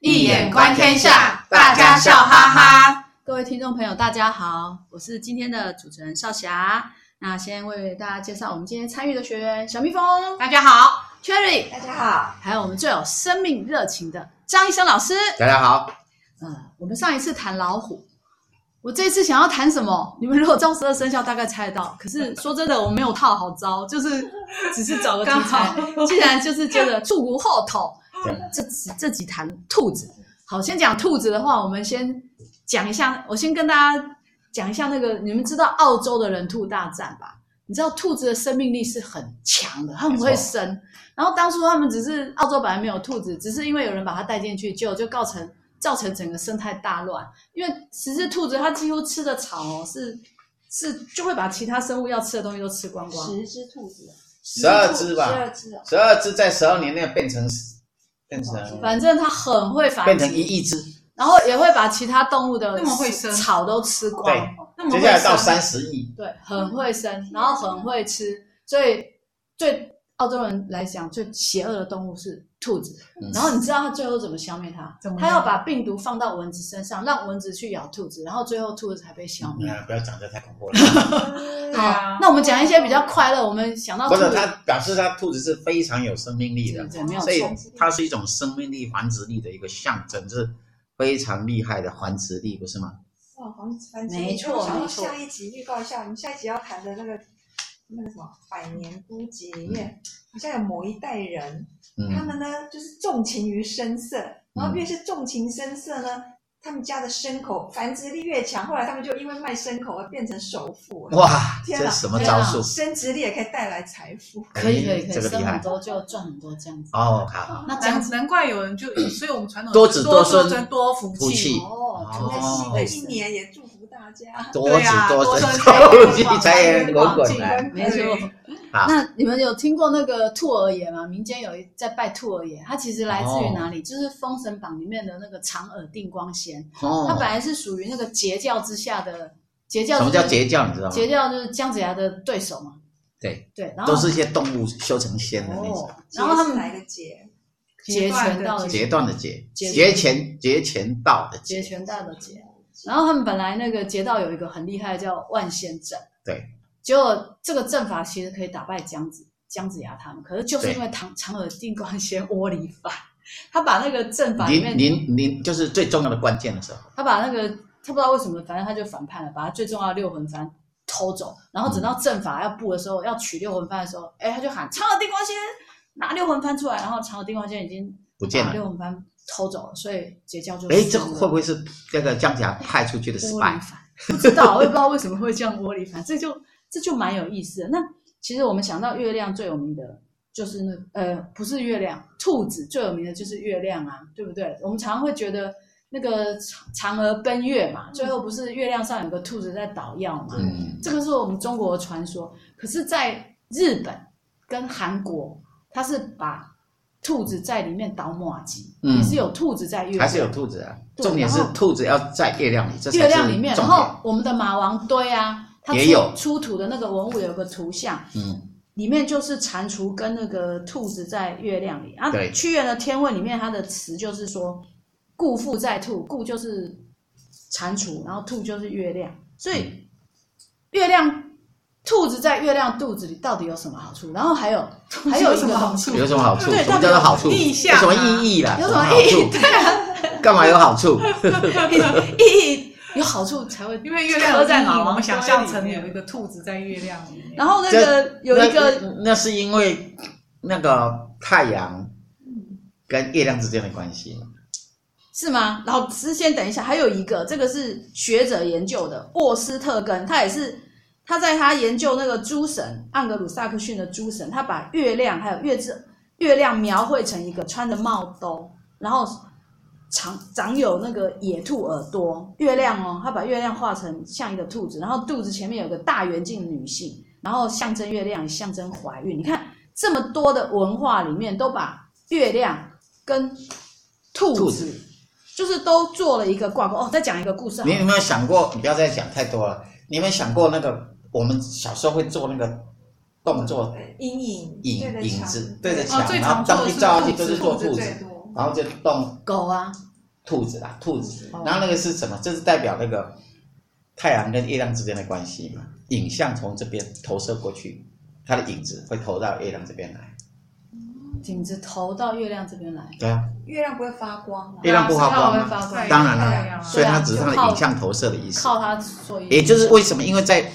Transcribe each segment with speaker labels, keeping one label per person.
Speaker 1: 一眼观天下，大家笑哈哈。
Speaker 2: 各位听众朋友，大家好，我是今天的主持人少霞。那先为大家介绍我们今天参与的学员：小蜜蜂、
Speaker 1: 大家好，
Speaker 2: Cherry，
Speaker 3: 大家好，
Speaker 2: 还有我们最有生命热情的张医生老师。
Speaker 4: 大家好，
Speaker 2: 呃，我们上一次谈老虎，我这次想要谈什么？你们如果照十二生肖大概猜得到，可是说真的，我没有套好招， 就是只是找个题
Speaker 1: 刚
Speaker 2: 材
Speaker 1: 好，
Speaker 2: 竟然就是接着兔无后头
Speaker 4: 对。
Speaker 2: 这几这几谈兔子，好，先讲兔子的话，我们先讲一下，我先跟大家讲一下那个，你们知道澳洲的人兔大战吧？你知道兔子的生命力是很强的，它们会
Speaker 4: 没错
Speaker 2: 生。然后当初他们只是澳洲本来没有兔子，只是因为有人把它带进去，就就造成造成整个生态大乱。因为十只兔子它几乎吃的草哦，是是就会把其他生物要吃的东西都吃光光。
Speaker 3: 十只兔子，
Speaker 4: 十二只
Speaker 3: 十
Speaker 4: 吧，
Speaker 3: 二只哦，
Speaker 4: 十二只在十二年内变成变成
Speaker 2: 反正它很会繁
Speaker 4: 变成
Speaker 2: 殖，
Speaker 4: 一亿只，
Speaker 2: 然后也会把其他动物的
Speaker 1: 那么会生
Speaker 2: 草都吃光。
Speaker 4: 对
Speaker 1: 那么
Speaker 4: 接
Speaker 1: 会
Speaker 4: 下来到
Speaker 1: 生
Speaker 4: 三十亿，
Speaker 2: 对，很会生，然后很会吃，所以对澳洲人来讲，最邪恶的动物是兔子。
Speaker 4: 嗯
Speaker 2: 然后你知道他最后怎么消灭它
Speaker 1: 怎？么
Speaker 2: 他
Speaker 1: 样
Speaker 2: 要把病毒放到蚊子身上，让蚊子去咬兔子，然后最后兔子才被消灭。
Speaker 4: 啊，不要讲的太恐怖了。
Speaker 1: 对
Speaker 2: 好
Speaker 1: 啊，
Speaker 2: 那我们讲一些比较快乐，我们想到
Speaker 4: 不
Speaker 2: 兔
Speaker 4: 是，
Speaker 2: 子，
Speaker 4: 它表示它兔子是非常有生命力
Speaker 2: 对
Speaker 4: 的，
Speaker 2: 对，没有
Speaker 4: 所以
Speaker 2: 错，
Speaker 4: 它是一种生命力、繁殖力的一个象征，就是非常厉害的繁殖力，不是吗？
Speaker 3: 哇，黄番茄，
Speaker 2: 没错
Speaker 3: 我想
Speaker 2: 没错
Speaker 3: 说下一集预告一下，我们下一集要谈的那个那个什么百年孤寂里面，好像有某一代人，他
Speaker 4: 嗯，
Speaker 3: 们呢就是重情于声色，然后越是重情声色呢，他们家的牲口繁殖力越强，后来他们就因为卖牲口而变成首富了，
Speaker 4: 哇，
Speaker 3: 天哪
Speaker 4: 这什么招数？
Speaker 3: 生殖力也可以带来财富。
Speaker 2: 可以可以可
Speaker 4: 哎这
Speaker 2: 以，
Speaker 4: 个
Speaker 2: 生很
Speaker 4: 厉害
Speaker 2: 多就赚很多这样子。
Speaker 4: 哦，好好，
Speaker 2: 那这样
Speaker 1: 难
Speaker 2: 子
Speaker 1: 难怪有人 就，所以我们传统
Speaker 4: 多子
Speaker 1: 多
Speaker 4: 多孙
Speaker 1: 多福
Speaker 4: 福 气
Speaker 2: 哦，
Speaker 3: 我们在新
Speaker 4: 哦
Speaker 3: 的一年也祝福大家，
Speaker 4: 多
Speaker 1: 对
Speaker 4: 子
Speaker 1: 啊
Speaker 4: 多
Speaker 1: 多
Speaker 4: 孙
Speaker 1: 生
Speaker 4: 多
Speaker 1: 才
Speaker 4: 妻
Speaker 1: 能
Speaker 4: 财源
Speaker 1: 广
Speaker 4: 滚滚
Speaker 1: 进
Speaker 4: 来。
Speaker 2: 没错。
Speaker 1: 对
Speaker 4: 好
Speaker 2: 那你们有听过那个兔儿爷吗？民间有一在拜兔儿爷，它其实来自于哪
Speaker 4: 哦
Speaker 2: 里？就是《封神榜》里面的那个长耳定光仙，它本
Speaker 4: 哦，
Speaker 2: 来是属于那个截教之下的截教、
Speaker 4: 什
Speaker 2: 就是。
Speaker 4: 么叫截教？你知道吗？
Speaker 2: 截教就是姜子牙的对手嘛。
Speaker 4: 对
Speaker 2: 对，然后
Speaker 4: 都是一些动物修成仙的那种
Speaker 2: 哦，然后他
Speaker 3: 节是
Speaker 2: 们
Speaker 3: 哪一个节？
Speaker 2: 截拳道的
Speaker 4: 截断的截，
Speaker 2: 截
Speaker 4: 节前节前道的
Speaker 2: 截
Speaker 4: 节，
Speaker 2: 拳道的截，然后他们本来那个截道有一个很厉害的叫万仙阵，
Speaker 4: 对，
Speaker 2: 结果这个阵法其实可以打败姜子姜子牙他们，可是就是因为唐长耳定光仙窝里反， 他把那个阵法里
Speaker 4: 临
Speaker 2: 面
Speaker 4: 临临就是最重要的关键的时候，
Speaker 2: 他把那个他不知道为什么，反正他就反叛了，把他最重要的六魂幡偷走，然后等到阵法要布的时候，要取六魂幡的时候，哎，他就喊长耳定光仙拿六魂幡出来，然后长耳定光仙已经
Speaker 4: 不见
Speaker 2: 把
Speaker 4: 了。
Speaker 2: 六魂幡偷走了，所以截教就
Speaker 4: 哎，
Speaker 2: 输
Speaker 4: 这
Speaker 2: 了
Speaker 4: 会不会是那个姜子牙派出去的
Speaker 2: 窝里
Speaker 4: spy？
Speaker 2: 反，不知道，我也不知道为什么会这样窝里反，这就这就蛮有意思的。那其实我们想到月亮最有名的就是那呃，不是月亮，兔子最有名的就是月亮啊，对不对？我们常常会觉得那个嫦嫦娥奔月嘛，最后不是月亮上有个兔子在捣药嘛，
Speaker 4: 嗯，
Speaker 2: 这个是我们中国的传说。可是，在日本跟韩国，它是把兔子在里面捣马鸡，
Speaker 4: 嗯
Speaker 2: 也是有兔子在月亮，
Speaker 4: 还是有兔子啊。
Speaker 2: 对
Speaker 4: 重点是
Speaker 2: 然后
Speaker 4: 兔子要在月亮里，这才
Speaker 2: 月
Speaker 4: 是
Speaker 2: 亮里面，然
Speaker 4: 重
Speaker 2: 后
Speaker 4: 点。
Speaker 2: 我们的马王堆啊，它出
Speaker 4: 也有
Speaker 2: 出土的那个文物有个图像，
Speaker 4: 嗯，
Speaker 2: 里面就是蟾蜍跟那个兔子在月亮里啊。
Speaker 4: 对
Speaker 2: 屈原的《天问》里面，他的词就是说“故父在兔”，故就是蟾蜍，然后兔就是月亮，所
Speaker 4: 嗯
Speaker 2: 以月亮。兔子在月亮肚子里到底有什么好处？然后还有还有一
Speaker 1: 什
Speaker 2: 个
Speaker 1: 么好
Speaker 2: 东西
Speaker 1: 处？
Speaker 4: 有什么好处？
Speaker 2: 对
Speaker 4: 什么叫做好处？
Speaker 1: 到底有
Speaker 4: 有
Speaker 1: 什么意
Speaker 4: 什么
Speaker 1: 义啊
Speaker 4: 意义啦？
Speaker 2: 有什
Speaker 4: 什么
Speaker 2: 么
Speaker 4: 好
Speaker 2: 意义？
Speaker 4: 处？
Speaker 2: 对啊，
Speaker 4: 干嘛有 好处？
Speaker 2: 意义有好处才会
Speaker 1: 因为月亮有
Speaker 2: 刻在
Speaker 1: 意义
Speaker 2: 马
Speaker 1: 我
Speaker 2: 王
Speaker 1: 们想
Speaker 2: 堆
Speaker 1: 象
Speaker 2: 里
Speaker 1: 成
Speaker 2: 面
Speaker 1: 有一个兔子在月亮里面，
Speaker 2: 然后那个有一个
Speaker 4: 那，那是因为那个太阳跟月亮之间的关系。
Speaker 2: 是吗？老师先等一下，还有一个，这个是学者研究的沃斯特根，他也是他在他研究那个诸神盎格鲁撒克逊的诸神，他把月亮还有月之月亮描绘成一个穿着帽兜，然后长长有那个野兔耳朵，月亮哦，他把月亮画成像一个兔子，然后肚子前面有个大圆镜女性，然后象征月亮，象征怀孕。你看这么多的文化里面，都把月亮跟兔子，
Speaker 4: 兔子
Speaker 2: 就是都做了一个挂钩。哦，再讲一个故
Speaker 1: 啊
Speaker 2: 事好
Speaker 4: 你
Speaker 2: 了，
Speaker 4: 有没有想过？你不要再讲太多了。你有没有想过那个我们小时候会做那个动作
Speaker 3: 呃阴影
Speaker 4: 影
Speaker 3: 对着
Speaker 4: 影
Speaker 3: 墙
Speaker 4: 子对着
Speaker 1: 哦
Speaker 4: 墙，
Speaker 1: 最
Speaker 4: 然
Speaker 1: 常做的
Speaker 4: 后照一
Speaker 1: 是
Speaker 4: 照下去
Speaker 1: 兔
Speaker 4: 都
Speaker 1: 子
Speaker 4: 是做
Speaker 3: 兔
Speaker 4: 兔
Speaker 3: 子
Speaker 4: 子
Speaker 3: 最，多。
Speaker 4: 然后就动
Speaker 2: 狗啊，
Speaker 4: 兔子啦，兔子
Speaker 2: 哦，
Speaker 4: 然后那个是什么？这是代表那个太阳跟月亮之间的关系嘛？影像从这边投射过去，它的影子会投到月亮这边来。
Speaker 2: 影子投到月亮这边来，
Speaker 4: 对啊，
Speaker 3: 月亮不会发光啊
Speaker 4: 月亮不发光
Speaker 2: 月亮
Speaker 4: 吗
Speaker 2: 会发光
Speaker 1: 对
Speaker 4: 当然
Speaker 1: 太
Speaker 4: 了，
Speaker 1: 阳
Speaker 4: 所以它只是它
Speaker 2: 对啊就靠
Speaker 4: 的影像投射的意思。
Speaker 2: 靠它所以
Speaker 4: 也就是为什么，因为在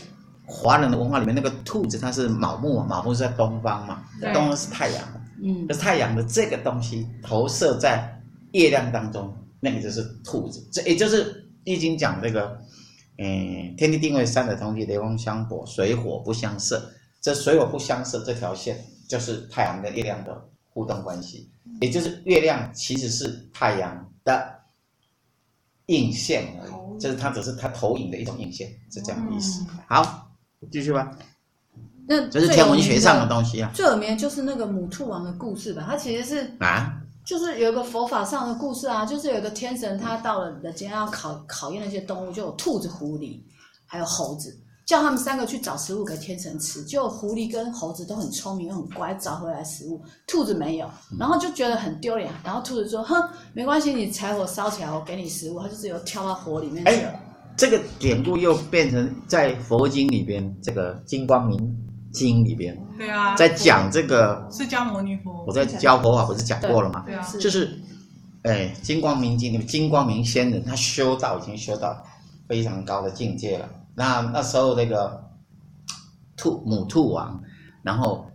Speaker 4: 华人的文化里面，那个兔子它是卯木嘛，卯木是在东方嘛，
Speaker 1: 对
Speaker 4: 东方是太阳，
Speaker 2: 嗯
Speaker 4: 可是太阳的这个东西投射在月亮当中，那个就是兔子。这也就是《易经》讲这个，嗯，天地定位三的同体，雷公相搏，水火不相射。这水火不相射这条线，就是太阳跟月亮的互动关系，也就是月亮其实是太阳的映现而
Speaker 3: 投影哦
Speaker 4: 已，就是它只是它投影的一种映现，是这样的意思。
Speaker 2: 嗯
Speaker 4: 好，继续吧，
Speaker 2: 那
Speaker 4: 这是天文学上的东西啊
Speaker 2: 最有名的就是那个母兔王的故事吧，它其实是
Speaker 4: 啊，
Speaker 2: 就是有一个佛法上的故事啊，就是有一个天神他到了人间要考考验那些动物，就有兔子、狐狸还有猴子，叫他们三个去找食物给天神吃。就狐狸跟猴子都很聪明又很乖，找回来食物，兔子没有，然后就觉得很丢脸。然后兔子说：“哼，没关系，你柴火烧起来，我给你食物。”它就只有跳到火里面去了。
Speaker 4: 这个典故又变成在佛经里边，这个《金光明经》里边
Speaker 1: 对啊，
Speaker 4: 在讲这个，
Speaker 1: 释迦牟尼佛
Speaker 4: 我，在教佛法不是讲过了吗？
Speaker 1: 对啊，
Speaker 2: 是
Speaker 4: 就是，哎，《金光明经》里面，金光明仙人他修道已经修到非常高的境界了。那那时候那个兔母兔王，然后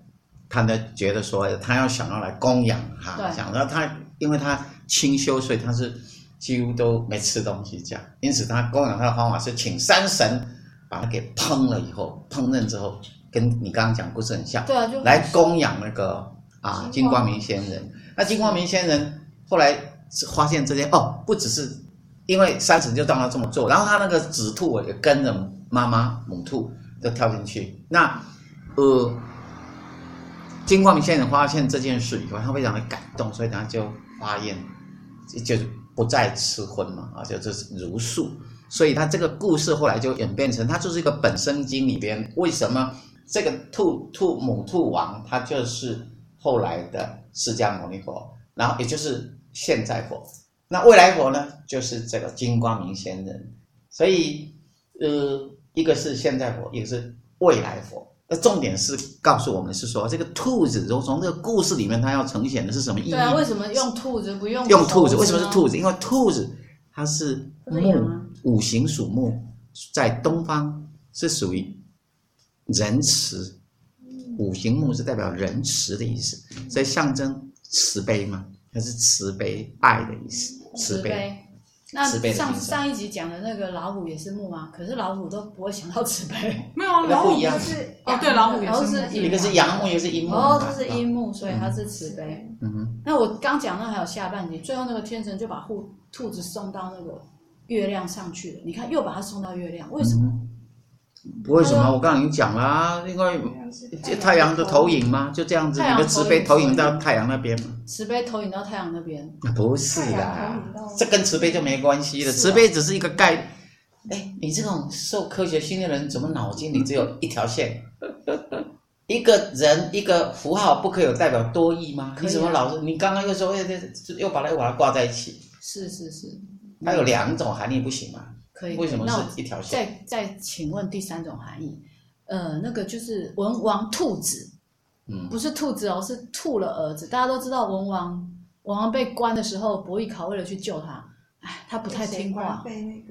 Speaker 4: 他呢觉得说他要想要来供养他，
Speaker 2: 对
Speaker 4: 想到他因为他清修，所以他是几乎都没吃东西这样，因此他供养他的方法是请山神把他给烹了以后，烹饪之后跟你刚刚讲故事很像，
Speaker 2: 对啊，就
Speaker 4: 来供养那个啊
Speaker 3: 金
Speaker 4: 金
Speaker 3: 光
Speaker 4: 光明仙人。那金光明仙人后来是发现这些哦，不只是因为山神就让他这么做，然后他那个子兔啊也跟着妈妈母兔就跳进去。那呃，金光明仙人发现这件事以后，他非常的感动，所以他就发愿，就就是不再吃荤嘛，啊，就就是茹素。所以他这个故事后来就演变成，它就是一个本生经里边为什么这个兔兔母兔王，他就是后来的释迦牟尼佛，然后也就是现在佛。那未来佛呢，就是这个金光明仙人。所以，呃，一个是现在佛，一个是未来佛。那重点是告诉我们是说，这个兔子从从这个故事里面，它要呈现的是什么意义？
Speaker 2: 对啊，为什么用兔子不用
Speaker 4: 用兔子，
Speaker 2: 猴
Speaker 4: 为什么是
Speaker 2: 呢
Speaker 4: 兔子？因为兔子它是
Speaker 2: 它是
Speaker 4: 木
Speaker 2: 羊啊，
Speaker 4: 五行属木，在东方是属于仁慈，五行木是代表仁慈的意思，所以象征慈悲嘛，它是慈悲爱的意思，慈悲。。
Speaker 2: 那
Speaker 4: 慈悲的
Speaker 2: 上
Speaker 4: 精神
Speaker 2: 上一集讲的那个老虎也是木啊，可是老虎都不会想到慈悲，
Speaker 1: 没有啊，
Speaker 4: 那
Speaker 1: 老
Speaker 4: 不
Speaker 1: 虎
Speaker 4: 一样
Speaker 3: 是
Speaker 1: 哦对老虎也
Speaker 2: 然后是
Speaker 1: 是
Speaker 2: 阴
Speaker 4: 一个是阳木，一个是阴木嘛。
Speaker 2: 哦，它是
Speaker 4: 啊。
Speaker 2: 阴木，所以它是慈悲。
Speaker 4: 嗯哼，
Speaker 2: 那我刚讲到还有下半集，最后那个天神就把兔兔子送到那个月亮上去了，你看又把它送到月亮，为什么？
Speaker 4: 嗯不为什么？我刚刚已经讲了啊，因为
Speaker 3: 这
Speaker 4: 太阳的投，影嘛，就这样子，
Speaker 2: 太阳
Speaker 4: 你的慈悲投
Speaker 2: 投影
Speaker 4: 影到太阳那边嘛。
Speaker 2: 慈悲投影到太阳那边，
Speaker 4: 那啊不是
Speaker 3: 太阳
Speaker 4: 啦
Speaker 3: 投影到，
Speaker 4: 这跟慈悲就没关系了。
Speaker 2: 是啊嗯
Speaker 4: 慈悲只是一个概。哎，你这种受科学训练的人，怎么脑筋里只有一条线？ 一个人一个符号不可以有代表多义吗？
Speaker 2: 可以啊
Speaker 4: 你怎么老是？你刚刚又说，哎，这又把它又把它挂在一起，
Speaker 2: 是是是，
Speaker 4: 它有两种含义，不行吗？
Speaker 2: 可以。
Speaker 4: 为什么
Speaker 2: 那我
Speaker 4: 是一条线？
Speaker 2: 再再请问第三种含义，呃，那个就是文王兔子，
Speaker 4: 嗯
Speaker 2: 不是兔子哦，是吐了儿子。大家都知道文王，文王被关的时候，伯邑考为了去救他，哎，他不太听话。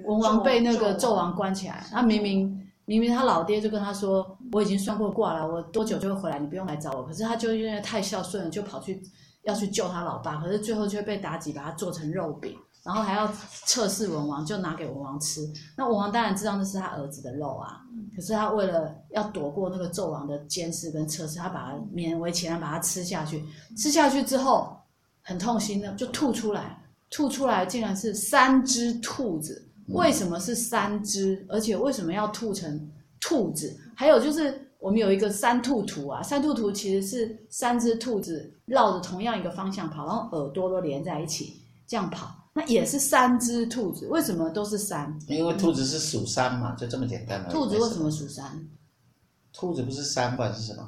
Speaker 2: 文王被那个啊纣王关起来，他明明明明他老爹就跟他说，我已经算过卦了，我多久就会回来，你不用来找我。可是他就因为太孝顺了，就跑去要去救他老爸，可是最后却被妲己把他做成肉饼，然后还要测试文王，就拿给文王吃。那文王当然知道那是他儿子的肉啊，可是他为了要躲过那个纣王的监视跟测试，他把它勉为其难把它吃下去。吃下去之后很痛心的，就吐出来，吐出来竟然是三只兔子。
Speaker 4: 嗯
Speaker 2: 为什么是三只？而且为什么要吐成兔子？还有就是我们有一个三兔图啊，三兔图其实是三只兔子绕着同样一个方向跑，然后耳朵都连在一起这样跑，那也是三只兔子。为什么都是三？
Speaker 4: 因为兔子是属山嘛，就这么简单而已。
Speaker 2: 兔子为什
Speaker 4: 没
Speaker 2: 么属三？
Speaker 4: 兔子不是
Speaker 2: 哦
Speaker 4: 山，不然是什么？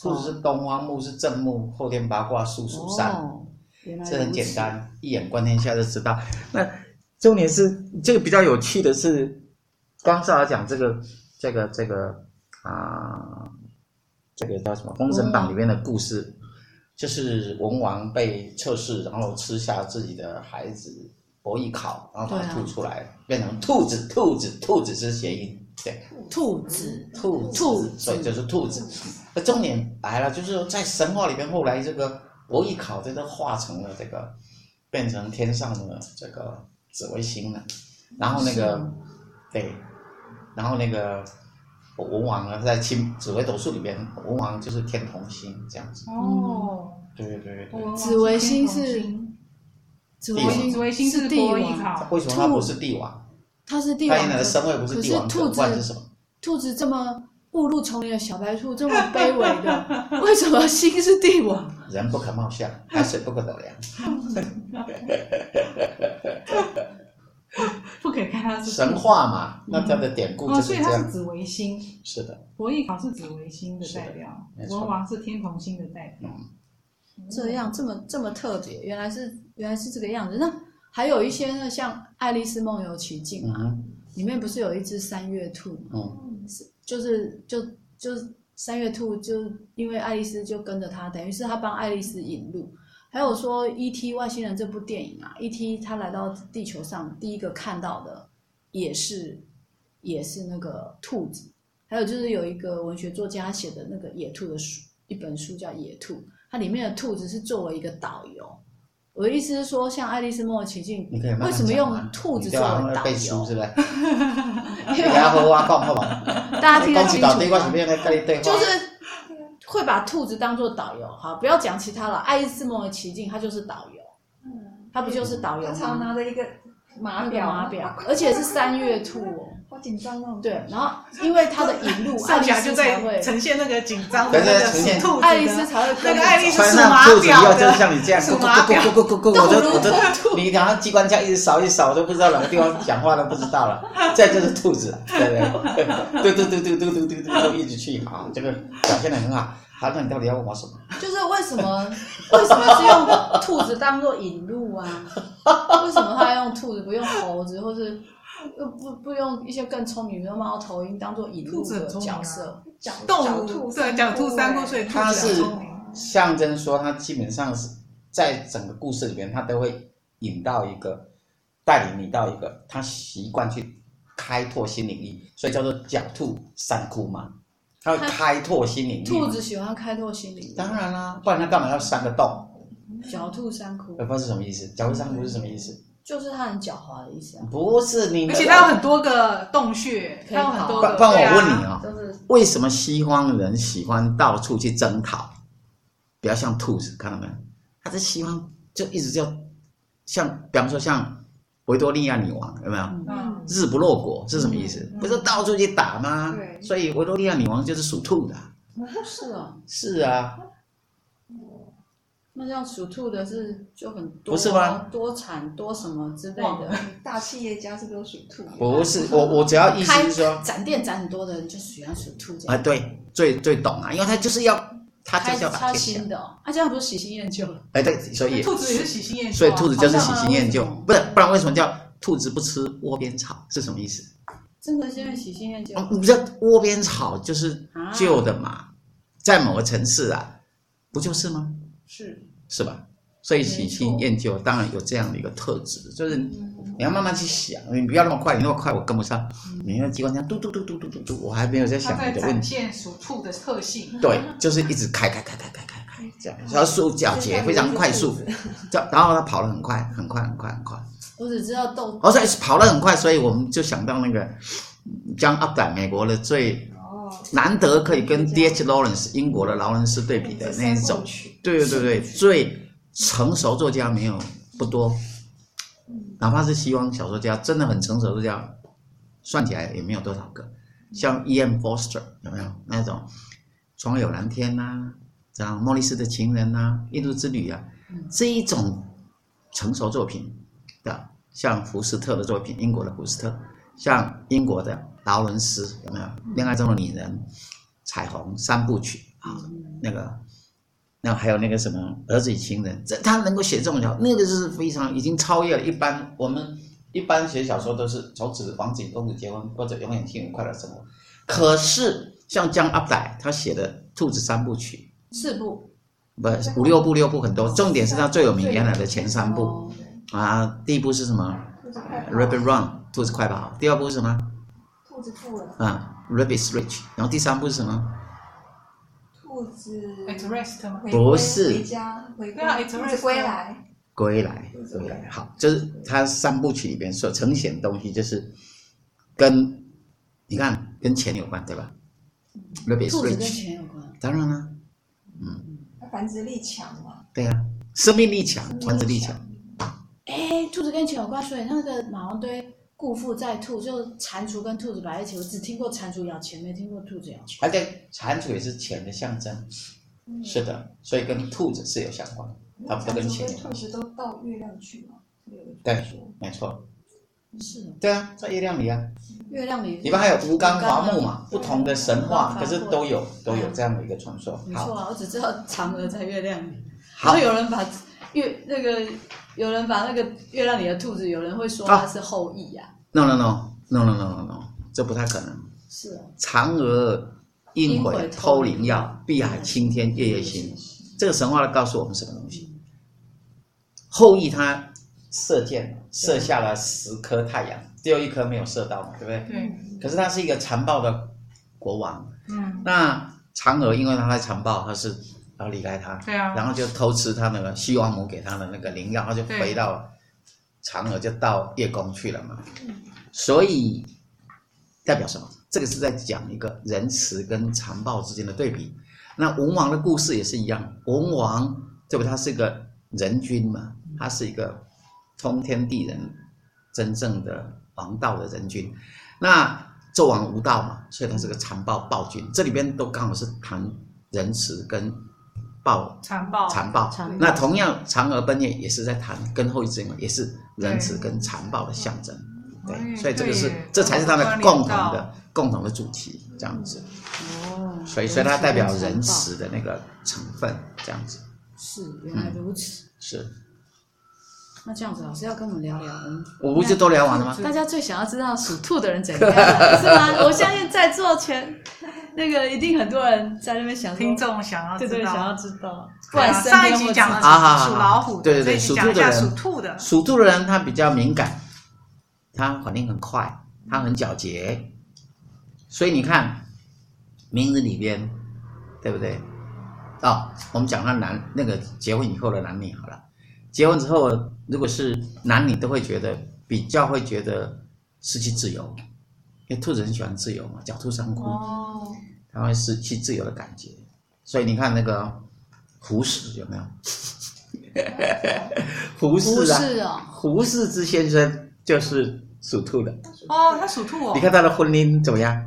Speaker 4: 兔子是东方木，是正木，后天八卦属属山。
Speaker 2: 哦原来
Speaker 4: 这很
Speaker 2: 如
Speaker 4: 简
Speaker 2: 此。
Speaker 4: 单，一眼观天下就知道。那重点是这个比较有趣的是，刚上来讲这个这个这个啊、这个叫什么《封神榜》里面的故事，就是文王被测试，然后吃下自己的孩子伯邑考，然后把
Speaker 1: 对
Speaker 4: 它
Speaker 1: 啊
Speaker 4: 吐出来，变成兔子，兔子，兔子是谐音，对。
Speaker 1: 兔子，
Speaker 4: 兔子
Speaker 1: 兔子
Speaker 4: 对，就是兔子。那重点来了，就是说在神话里面，后来这个伯邑考这个化成了这个，变成天上的这个紫微星了。然后那个，对，然后那个呃文王呢，在青紫微斗数里面，文王就是天同星这样子。
Speaker 5: 哦，
Speaker 4: 对对对对。
Speaker 5: 紫微星是
Speaker 1: 紫
Speaker 4: 地
Speaker 1: 微
Speaker 4: 王
Speaker 1: 星
Speaker 5: 紫微星
Speaker 1: 是
Speaker 5: 是
Speaker 1: 帝
Speaker 5: 伯邑
Speaker 1: 王
Speaker 5: 考，
Speaker 4: 为什么他不是帝王？
Speaker 1: 它是帝
Speaker 4: 他
Speaker 1: 王
Speaker 4: 原来的
Speaker 1: 可，
Speaker 4: 身位不是
Speaker 1: 可
Speaker 4: 帝
Speaker 1: 是
Speaker 4: 王，
Speaker 1: 兔
Speaker 4: 不然
Speaker 1: 子
Speaker 4: 是什么？
Speaker 1: 兔子这么误入丛林的小白兔，这么卑微的，为什么星是帝王？
Speaker 4: 人不可貌相，海水不可斗量。
Speaker 5: 不可以看它是
Speaker 4: 神话嘛，那它的典故
Speaker 5: 哦，
Speaker 4: 就是
Speaker 5: 所以
Speaker 4: 这
Speaker 5: 它
Speaker 4: 样
Speaker 5: 是。紫微星，
Speaker 4: 是的，
Speaker 5: 伯邑考是紫微星的代表
Speaker 4: 是的没，错
Speaker 5: 文王是天同星的代表。
Speaker 4: 嗯，
Speaker 2: 这样这么这么特别，原来是原来是这个样子。那还有一些呢，像《爱丽丝梦游奇境》
Speaker 4: 嗯
Speaker 2: 啊，
Speaker 4: 哼
Speaker 2: 里面不是有一只三月兔吗？
Speaker 4: 嗯，
Speaker 2: 就是就就是三月兔，就因为爱丽丝就跟着他，等于是他帮爱丽丝引路。还有说《E.T. 外星人》这部电影啊，E.T. 他来到地球上第一个看到的也是也是那个兔子。还有就是有一个文学作家写的那个野兔的书，一本书叫《野兔》，它里面的兔子是作为一个导游。我的意思是说，像《爱丽丝梦游奇境
Speaker 4: 你可以慢》慢
Speaker 2: 为什么
Speaker 4: 讲
Speaker 2: 用
Speaker 4: 啊
Speaker 2: 兔子
Speaker 4: 你
Speaker 2: 作
Speaker 4: 对吧
Speaker 2: 为导
Speaker 4: 背书
Speaker 2: 游？
Speaker 4: 是吧？你要和我讲好不好？
Speaker 2: 大家听得
Speaker 4: 讲
Speaker 2: 清
Speaker 4: 一
Speaker 2: 楚
Speaker 4: 到对，我
Speaker 2: 吗
Speaker 4: 是？要来跟你对话。
Speaker 2: 就是会把兔子当做导游，好，不要讲其他了。爱丽丝梦游奇境，它就是导游，
Speaker 5: 嗯
Speaker 2: 它不就是导游
Speaker 3: 他常
Speaker 2: 吗？
Speaker 3: 拿着一个
Speaker 2: 那
Speaker 3: 码
Speaker 2: 个
Speaker 3: 表，
Speaker 2: 码啊表，而且是三月兔哦。
Speaker 3: 好紧张哦。
Speaker 2: 对，然后因为它的引路，爱
Speaker 5: 上
Speaker 2: 丽
Speaker 5: 起来
Speaker 2: 丝
Speaker 5: 就
Speaker 2: 才
Speaker 5: 在
Speaker 2: 会，
Speaker 5: 呈现那个紧张的
Speaker 4: 对
Speaker 5: 那
Speaker 4: 对
Speaker 5: 个
Speaker 4: 呈现
Speaker 5: 兔子的
Speaker 2: 爱丽丝才会跟
Speaker 5: 那个爱丽丝
Speaker 4: 穿
Speaker 5: 是
Speaker 4: 上
Speaker 5: 码
Speaker 4: 兔子以
Speaker 5: 表
Speaker 4: 后，就是
Speaker 5: 的，
Speaker 4: 像你这样，咕
Speaker 5: 数
Speaker 4: 咕
Speaker 5: 码
Speaker 4: 咕
Speaker 5: 表
Speaker 4: 咕咕咕咕咕，我都我都，你然后机关枪一直扫一扫，我都不知道哪个地方讲话都不知道了。这就是兔子，对不对？嘟嘟嘟嘟嘟嘟嘟嘟嘟，一直去啊，这个表现的很好。好，那你到底要问我什么？
Speaker 2: 就是为什么为什么是用兔子当做引路啊？为什么他要用兔子，不用猴子，或是又不不用一些更聪明，比如猫头鹰当做引路
Speaker 5: 兔子
Speaker 2: 的
Speaker 5: 很聪明啊
Speaker 2: 角色？
Speaker 3: 脚
Speaker 5: 动
Speaker 3: 脚
Speaker 5: 物
Speaker 3: 兔哎
Speaker 5: 对，狡兔三窟，所以兔
Speaker 4: 它
Speaker 5: 子啊很
Speaker 4: 是
Speaker 5: 聪明。
Speaker 4: 象征说，它基本上是在整个故事里面，它都会引到一个，带领你到一个他习惯去开拓新领域，所以叫做狡兔三窟嘛。它会开拓新领域。
Speaker 2: 兔子喜欢开拓心灵，
Speaker 4: 当然啦，不然它干嘛要三个洞？
Speaker 2: 狡兔三窟
Speaker 4: 我。不知道是什么意思，狡兔三窟是什么意思？
Speaker 2: 就是他很狡猾的意思啊，
Speaker 4: 不是你，
Speaker 5: 而且它有很多个洞穴，它有很多
Speaker 4: 帮
Speaker 5: 个。
Speaker 4: 帮我
Speaker 5: 对啊
Speaker 4: 问你啊、
Speaker 2: 就是
Speaker 4: 为什么西方人喜欢到处去征讨？不要像兔子，看到没有？他在西方就一直叫，像比方说像维多利亚女王，有没有？
Speaker 2: 啊
Speaker 5: 嗯，
Speaker 4: 日不落国是什么意思？不是到处去打吗？
Speaker 3: 对
Speaker 4: 所以维多利亚女王就是属兔的啊。
Speaker 2: 是哦，
Speaker 4: 是啊，
Speaker 2: 那这样属兔的是就很多啊
Speaker 4: 不是吗
Speaker 2: 多产多什么之类
Speaker 3: 哇
Speaker 2: 的，
Speaker 3: 大企业家是不是都属兔？
Speaker 4: 不是我我只要意思是说
Speaker 2: 展店展很多的人就喜欢属兔这
Speaker 4: 啊，
Speaker 2: 样，
Speaker 4: 对，最最懂啊，因为他就是要他就
Speaker 2: 开
Speaker 4: 是要把
Speaker 2: 超
Speaker 4: 天下
Speaker 2: 新，的哦，啊这样不是喜新厌旧了，
Speaker 4: 哎对，所以
Speaker 5: 兔子也是喜新厌旧
Speaker 4: 所
Speaker 5: 啊，
Speaker 4: 以兔子就是
Speaker 2: 好像
Speaker 4: 喜
Speaker 2: 啊
Speaker 4: 新厌旧
Speaker 2: 为什么，
Speaker 4: 不然不然为什么叫兔子不吃窝边草是什么意思？
Speaker 2: 真的现在喜新厌旧
Speaker 4: 哦，你知道窝边草就是
Speaker 2: 啊
Speaker 4: 旧的嘛，在某个城市啊，不就是吗？
Speaker 2: 是
Speaker 4: 是吧？所以喜
Speaker 2: 没
Speaker 4: 新
Speaker 2: 错
Speaker 4: 厌旧当然有这样的一个特质，就是你要慢慢去想，你不要那么快，你那么快我跟不上。
Speaker 2: 嗯
Speaker 4: 你那机关枪嘟嘟嘟嘟嘟嘟嘟，我还没有在
Speaker 5: 它
Speaker 4: 想
Speaker 5: 在
Speaker 4: 你的问
Speaker 5: 展
Speaker 4: 题。
Speaker 5: 现属兔的特性。
Speaker 4: 对，就是一直开开开开开开
Speaker 2: 嗯
Speaker 4: 开这样，然后速脚捷非常 快速，这样然后他跑得很快，很快很快很快。
Speaker 2: 我只知道豆
Speaker 4: 而且跑得很快，所以我们就想到那个嗯 John Updike 美国的最
Speaker 3: 哦，
Speaker 4: 难得可以跟 D.H. Lawrence 英国的劳伦斯对比的那一种，对对对对，最成熟作家没有不多，哪怕是西方小说家，真的很成熟的作家，算起来也没有多少个。像 E.M. Foster 有没有那种《窗有蓝天》呐，这样《莫里斯的情人》呐，《印度之旅》啊，这一种成熟作品的，像福斯特的作品，英国的福斯特，像英国的劳伦斯有没有《恋爱中的女人》《彩虹三部曲》啊，那个那还有那个什么儿子与情人，这他能够写这种小，那个就是非常已经超越了一般我们一般写小说都是从此王子与公主结婚或者永远幸福快乐生活。可是像江阿仔他写的《兔子三部曲
Speaker 2: 四部，》
Speaker 4: 不五六部六部很多，重点是他最有名原来的前三部
Speaker 2: 哦
Speaker 4: 啊，第一部是什么
Speaker 3: 兔子快跑
Speaker 4: ？Rabbit Run 兔子快跑，第二部是什么
Speaker 3: 兔子富了，
Speaker 4: 啊？Rabbit's Rich，然后第三部是什么？
Speaker 3: 兔子
Speaker 2: 嗯哎
Speaker 5: At rest 吗？
Speaker 3: 回归
Speaker 4: 不是
Speaker 3: 回家，回
Speaker 5: 对啊
Speaker 3: 归，
Speaker 5: it's
Speaker 3: 兔
Speaker 5: rest
Speaker 3: 子归来，
Speaker 4: 归来，归来，好，就是他三部曲里边所呈现的东西，就是跟你看跟钱有关，对吧？Rabbit's
Speaker 2: 兔子跟
Speaker 4: Rich，
Speaker 2: 钱有关。
Speaker 4: 当然啦，
Speaker 3: 它繁殖力强嘛，
Speaker 4: 对呀、生命力强，繁殖力强，
Speaker 2: 哎，兔子跟钱有关，所以那个马王堆故父在兔，就蟾蜍跟兔子摆在一起。我只听过蟾蜍咬钱，没听过兔子咬钱。
Speaker 4: 而且蟾蜍也是钱的象征，是的，所以跟兔子是有相关，它不跟钱有
Speaker 3: 兔
Speaker 4: 关，
Speaker 3: 子都到月亮去嘛，有一个
Speaker 4: 对
Speaker 3: 传说
Speaker 4: 没错，
Speaker 2: 是哦，
Speaker 4: 对啊，在月亮里啊，
Speaker 2: 月亮里。
Speaker 4: 里面还有吴刚
Speaker 2: 啊
Speaker 4: 伐木嘛，不同的神话，
Speaker 2: 对
Speaker 4: 可是都有都有这样的一个传说，
Speaker 2: 没
Speaker 4: 好
Speaker 2: 错。啊，我只知道嫦娥在月亮里，然
Speaker 4: 好
Speaker 2: 后有人把月那个有人把那个月亮里的兔子，有人会说它是后羿啊呀、
Speaker 4: No no no no no no no no，这不太可能。
Speaker 2: 是啊，
Speaker 4: 嫦娥应
Speaker 2: 应
Speaker 4: 悔
Speaker 2: 悔
Speaker 4: 偷
Speaker 2: 偷
Speaker 4: 灵
Speaker 2: 灵
Speaker 4: 药
Speaker 2: 药，
Speaker 4: 碧海青天夜夜心。这个神话告诉我们什么东
Speaker 2: 嗯
Speaker 4: 西？后羿他射箭射下了十颗太阳，只有一颗没有射到嘛，对不对？
Speaker 5: 对，
Speaker 3: 嗯
Speaker 4: 可是他是一个残暴的国王。
Speaker 5: 嗯，
Speaker 4: 那嫦娥因为他太残暴，他是然后离开他，
Speaker 5: 对啊，
Speaker 4: 然后就偷吃他那个西王母给他的那个灵药，他就回到嫦娥，就到夜宫去了嘛。所以代表什么？这个是在讲一个仁慈跟残暴之间的对比。那文王的故事也是一样，文王对吧？他是个人君嘛，他是一个通天地人，真正的王道的人君。那纣王无道嘛，所以他是个残暴暴君。这里边都刚好是谈仁慈跟暴
Speaker 5: 哦残暴，
Speaker 4: 残暴
Speaker 2: 残。暴
Speaker 4: 那同样，嫦娥奔月也是在谈跟后羿之间，也是仁慈跟残暴的象征。对，
Speaker 5: 嗯
Speaker 4: 所以这个
Speaker 5: 对
Speaker 4: 是
Speaker 5: 耶
Speaker 4: 这才是它的共
Speaker 5: 刚刚
Speaker 4: 同
Speaker 5: 聊
Speaker 4: 的
Speaker 5: 到
Speaker 4: 共同的主题，这样子。
Speaker 2: 哦，
Speaker 4: 所以，所以它代表仁慈的那个成分，这样子
Speaker 2: 是原来如此。
Speaker 5: 嗯
Speaker 4: 是。
Speaker 2: 那这样子，老师要跟我们聊聊，我们
Speaker 4: 我不就都聊完了吗？
Speaker 2: 大家最想要知道属兔的人怎样， 是吗？我相信在座全那个一定很多人在那边想说
Speaker 5: 听，众想要
Speaker 2: 对
Speaker 5: 知
Speaker 2: 对，
Speaker 5: 道
Speaker 2: 想要知道，不
Speaker 5: 对啊
Speaker 2: 然身
Speaker 5: 上一
Speaker 2: 边
Speaker 5: 集
Speaker 2: 会
Speaker 5: 讲
Speaker 2: 知
Speaker 5: 了
Speaker 2: 道
Speaker 4: 啊好好
Speaker 5: 属老虎的，
Speaker 4: 对对对
Speaker 5: 这一集
Speaker 4: 属
Speaker 5: 讲
Speaker 4: 兔
Speaker 5: 一
Speaker 4: 的
Speaker 5: 下
Speaker 4: 人
Speaker 5: 属兔的，
Speaker 4: 属兔的人他比较敏感，他反应很快，他很皎洁，所以你看名字里边，对不对？哦，我们讲到男那个结婚以后的男女好了，结婚之后如果是男女都会觉得比较会觉得失去自由，因为兔子很喜欢自由嘛，狡兔三窟。
Speaker 5: 哦，
Speaker 4: 他会失去自由的感觉。所以你看那个胡适有没 有？胡
Speaker 2: 不
Speaker 4: 适啊，
Speaker 2: 是哦，
Speaker 4: 胡适之先生就是属兔的。
Speaker 5: 哦，他属兔
Speaker 4: 你
Speaker 5: 哦，
Speaker 4: 看他的婚姻怎么样？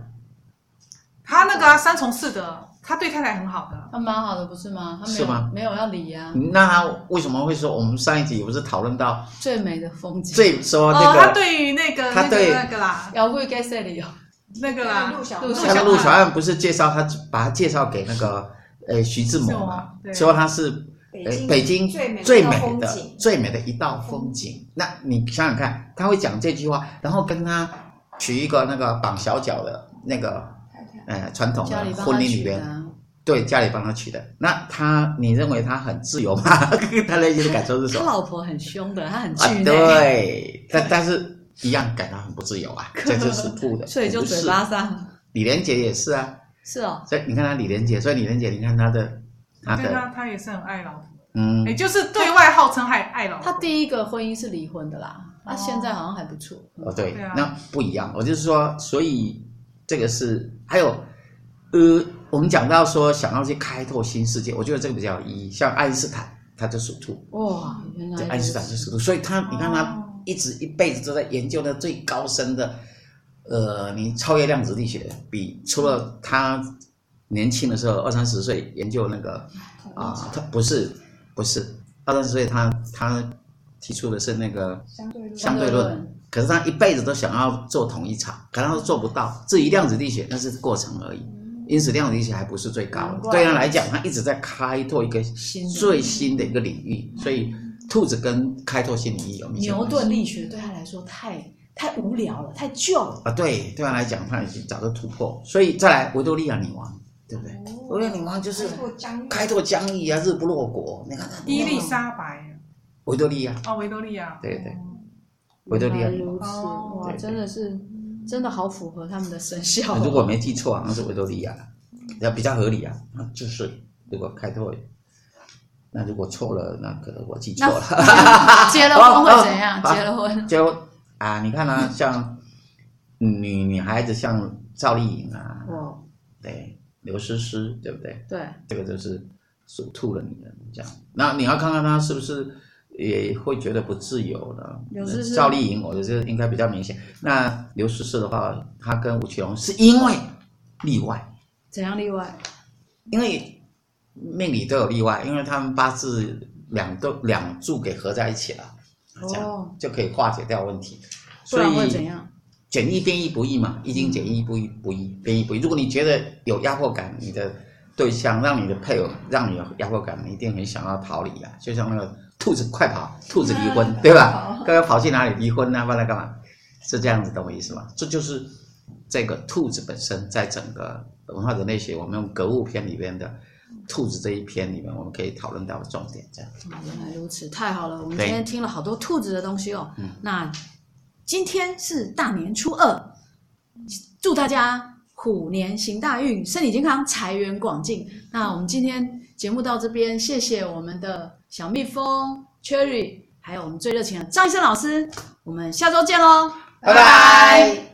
Speaker 5: 他那个啊三从四德，他对太太很好的，
Speaker 2: 他蛮好的，不是吗？他没
Speaker 4: 是吗
Speaker 2: 有没有要理啊呀，
Speaker 4: 那他为什么会说我们上一集不是讨论到
Speaker 2: 最美的风景。
Speaker 4: 最说
Speaker 5: 哦，
Speaker 4: 那
Speaker 5: 他
Speaker 4: 个
Speaker 5: 对于那个
Speaker 4: 他
Speaker 5: 那个
Speaker 4: 对
Speaker 5: 那个啦，
Speaker 2: 姚贵给谁理由？
Speaker 5: 那个啦，
Speaker 3: 啊陆小
Speaker 2: 陆
Speaker 4: 他
Speaker 5: 啊小
Speaker 4: 的
Speaker 5: 曼
Speaker 4: 陆小曼不是介绍他把他介绍给那个呃徐志摩嘛，
Speaker 5: 对
Speaker 4: 说他是
Speaker 3: 北
Speaker 4: 呃
Speaker 3: 京
Speaker 4: 北京
Speaker 3: 最美
Speaker 4: 最
Speaker 3: 道
Speaker 4: 美
Speaker 3: 风
Speaker 4: 的
Speaker 3: 景
Speaker 4: 最美的一道风
Speaker 2: 嗯
Speaker 4: 景。那你想想看，他会讲这句话，然后跟他娶一个那个绑小脚的那个
Speaker 3: 太太
Speaker 4: 呃传统的
Speaker 2: 家里帮
Speaker 4: 婚
Speaker 2: 他
Speaker 4: 礼里
Speaker 2: 取的
Speaker 4: 边，
Speaker 2: 啊，
Speaker 4: 对家里帮他娶的。那他你认为他很自由吗？ 他内心的感受是什
Speaker 2: 他
Speaker 4: 么？
Speaker 2: 老婆很凶的，他很欸
Speaker 4: 啊
Speaker 2: 巨，内，
Speaker 4: 对，但但是一样感到很不自由 啊，这是属兔的，
Speaker 2: 所以就
Speaker 4: 不是
Speaker 2: 嘴巴上
Speaker 4: 李连杰也 是啊，
Speaker 2: 是哦，
Speaker 4: 所以你看他李连杰，所以李连杰，你看他的他
Speaker 5: 对啊
Speaker 4: 的
Speaker 5: 哎他他也是很爱老婆，
Speaker 4: 啊嗯
Speaker 5: 也，就是对外号称爱爱老婆，
Speaker 2: 他第一个婚姻是离婚的啦，他现在好像还不错。
Speaker 4: 哦，对，
Speaker 5: 对啊
Speaker 4: 那不一样。我就是说，所以这个是还有，呃，我们讲到说想要去开拓新世界，我觉得这个比较有意义。像爱因斯坦，他就属兔，
Speaker 2: 哇，原
Speaker 4: 对，
Speaker 2: 来
Speaker 4: 爱因
Speaker 2: 如
Speaker 4: 斯
Speaker 2: 此
Speaker 4: 坦就属兔，所以他你看他
Speaker 5: 哦
Speaker 4: 一直一辈子都在研究那最高深的，呃，你超越量子力学，比除了他年轻的时候二三十岁研究那个啊，他不是不是二三十岁他他提出的是那个。
Speaker 3: 相对论，
Speaker 4: 相对论，可是他一辈子都想要做同一场，可是他都做不到。至于量子力学，那是过程而已，一因子量理解还不是最高
Speaker 2: 难
Speaker 4: 的。
Speaker 2: 怪
Speaker 4: 对他来讲，他一直在开拓一个
Speaker 1: 新的
Speaker 4: 最新的一个领域，所以兔子跟开拓新领域有密切
Speaker 1: 牛
Speaker 4: 关系
Speaker 1: 顿力学对他来说太太无聊了，太旧了。
Speaker 4: 啊，对，对他来讲，他已经早就突破，所以再来维多利亚女王，对不对？
Speaker 3: 嗯哦
Speaker 4: 维多利亚女王就是
Speaker 3: 开拓疆域
Speaker 4: 开拓疆域啊，日不落国，你看看
Speaker 5: 伊丽莎白
Speaker 4: 维多利亚，
Speaker 5: 哦，维多利亚，
Speaker 4: 对对，
Speaker 3: 哦
Speaker 4: 维多利亚
Speaker 2: 原来
Speaker 4: 女王。
Speaker 2: 如此，
Speaker 5: 哦
Speaker 2: 哇，
Speaker 4: 对对
Speaker 2: 真的是真的好符合他们的生肖。
Speaker 4: 啊如果没记错，好像是维多利亚，那
Speaker 2: 嗯
Speaker 4: 比较合理啊。那就是如果开拓，那如果错了，那可能我记错了。
Speaker 2: 结了婚会怎
Speaker 4: 哦
Speaker 2: 样？
Speaker 4: 哦好
Speaker 2: 结了婚，
Speaker 4: 就啊，你看啊，像女女孩子像赵丽颖啊，
Speaker 2: 哦，
Speaker 4: 对，刘诗诗，对不对？
Speaker 2: 对，
Speaker 4: 这个就是属兔的女人这样。那你要看看她是不是也会觉得不自由呢？
Speaker 2: 刘诗诗
Speaker 4: 赵丽颖，我觉得应该比较明显。那刘诗诗的话，她跟吴奇隆是因为例外。
Speaker 2: 怎样例外？
Speaker 4: 因为命理都有例外，因为他们八字两都两柱给合在一起了，这样、
Speaker 2: 哦
Speaker 4: 就可以化解掉问题。
Speaker 2: 不
Speaker 4: 所
Speaker 2: 然会怎
Speaker 4: 以
Speaker 2: 样？
Speaker 4: 简易变易不易嘛，易经简易不易不易变易不易。如果你觉得有压迫感，你的对象让你的配偶让你有压迫感，你一定很想要逃离啊。就像那个兔子快跑，兔子 离
Speaker 2: 哦
Speaker 4: 婚，对吧？刚刚跑去哪里离婚啊？不然干嘛？是这样子，懂我意思吗？这就是这个兔子本身在整个文化人类学，我们用格物篇里边的兔子这一篇里面，我们可以讨论到的重点。这样，
Speaker 2: 哦原来如此，太好了！我们今
Speaker 4: 对
Speaker 2: 天听了好多兔子的东西哦
Speaker 4: 嗯。
Speaker 2: 那今天是大年初二，祝大家虎年行大运，身体健康，财源广进。那我们今天节目到这边，谢谢我们的小蜜蜂 Cherry，还有我们最热情的张医生老师，我们下周见喽。
Speaker 4: 拜拜